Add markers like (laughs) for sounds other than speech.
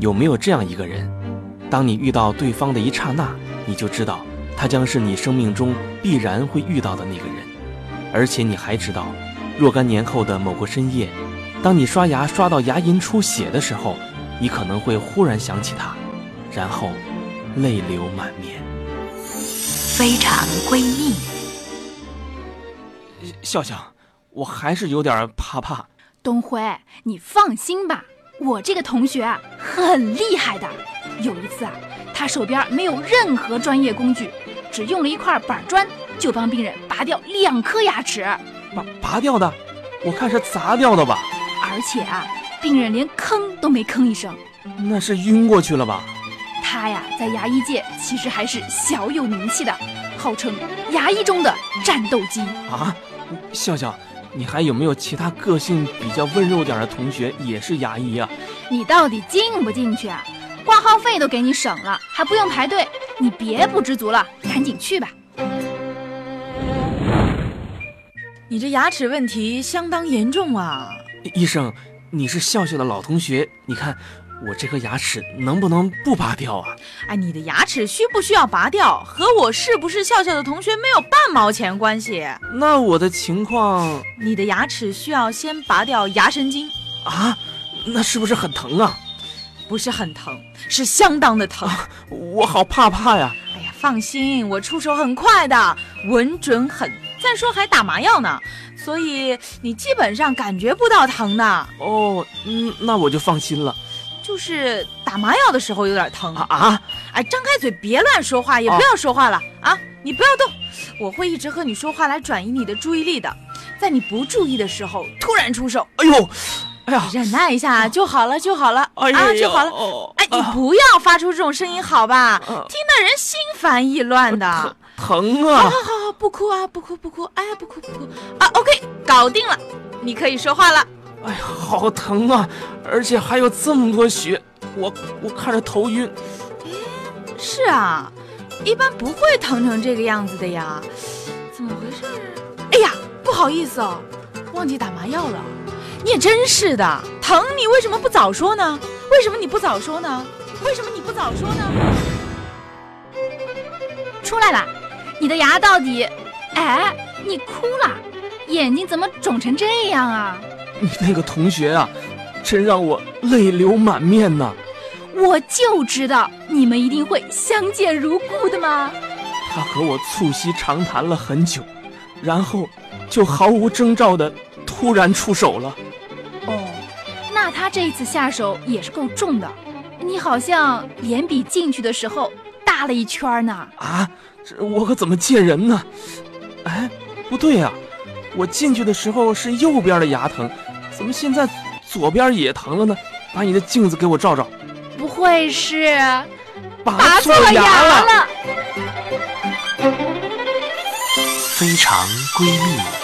有没有这样一个人？当你遇到对方的一刹那，你就知道他将是你生命中必然会遇到的那个人，而且你还知道，若干年后的某个深夜，当你刷牙刷到牙龈出血的时候，你可能会忽然想起他，然后泪流满面。非常闺蜜。笑笑，我还是有点怕怕。东辉，你放心吧，我这个同学啊很厉害的。有一次啊，他手边没有任何专业工具，只用了一块板砖就帮病人拔掉两颗牙齿，拔拔掉的，我看是砸掉的吧。而且啊，病人连吭都没吭一声。那是晕过去了吧？他呀，在牙医界其实还是小有名气的，号称牙医中的战斗机。啊，笑笑，你还有没有其他个性比较温柔点的同学也是牙医啊？你到底进不进去啊？挂号费都给你省了，还不用排队，你别不知足了，赶紧去吧。你这牙齿问题相当严重啊！医生，你是笑笑的老同学，你看我这颗牙齿能不能不拔掉啊？哎，你的牙齿需不需要拔掉，和我是不是笑笑的同学没有半毛钱关系。那我的情况你的牙齿需要先拔掉牙神经，啊，那是不是很疼啊？不是很疼，是相当的疼。我好怕怕呀！哎呀，放心，我出手很快的，稳准狠。再说还打麻药呢，所以你基本上感觉不到疼的，哦，嗯，那我就放心了就是打麻药的时候有点疼。啊啊！哎，张开嘴，别乱说话，也哦不要说话了啊！你不要动，我会一直和你说话来转移你的注意力的。在你不注意的时候突然出手，哎呦，哎呀，忍耐一下就好了，就好了哎哦呀，啊，就好了。了哎，你不要发出这种声音好吧？啊听得人心烦意乱的。疼疼啊！好好好，不哭啊，不哭不哭，哎，不哭不哭啊，OK，搞定了，你可以说话了。哎呀，好疼啊！而且还有这么多血，我我看着头晕。是啊，一般不会疼成这个样子的呀，怎么回事儿？哎呀，不好意思哦，忘记打麻药了。你也真是的，疼你为什么不早说呢？为什么你不早说呢？为什么你不早说呢？出来啦，你的牙到底……哎，你哭啦？眼睛怎么肿成这样啊？你 (laughs) 那个同学啊，真让我泪流满面呐、我就知道你们一定会相见如故的嘛。他和我促膝长谈了很久，然后就毫无征兆的突然出手了。哦，那他这次下手也是够重的，你好像脸比进去的时候大了一圈儿呢。啊，这我可怎么见人呢？哎，不对呀、我进去的时候是右边的牙疼，怎么现在左边也疼了呢？把你的镜子给我照照，不会是拔拔错错牙牙了？非常闺蜜。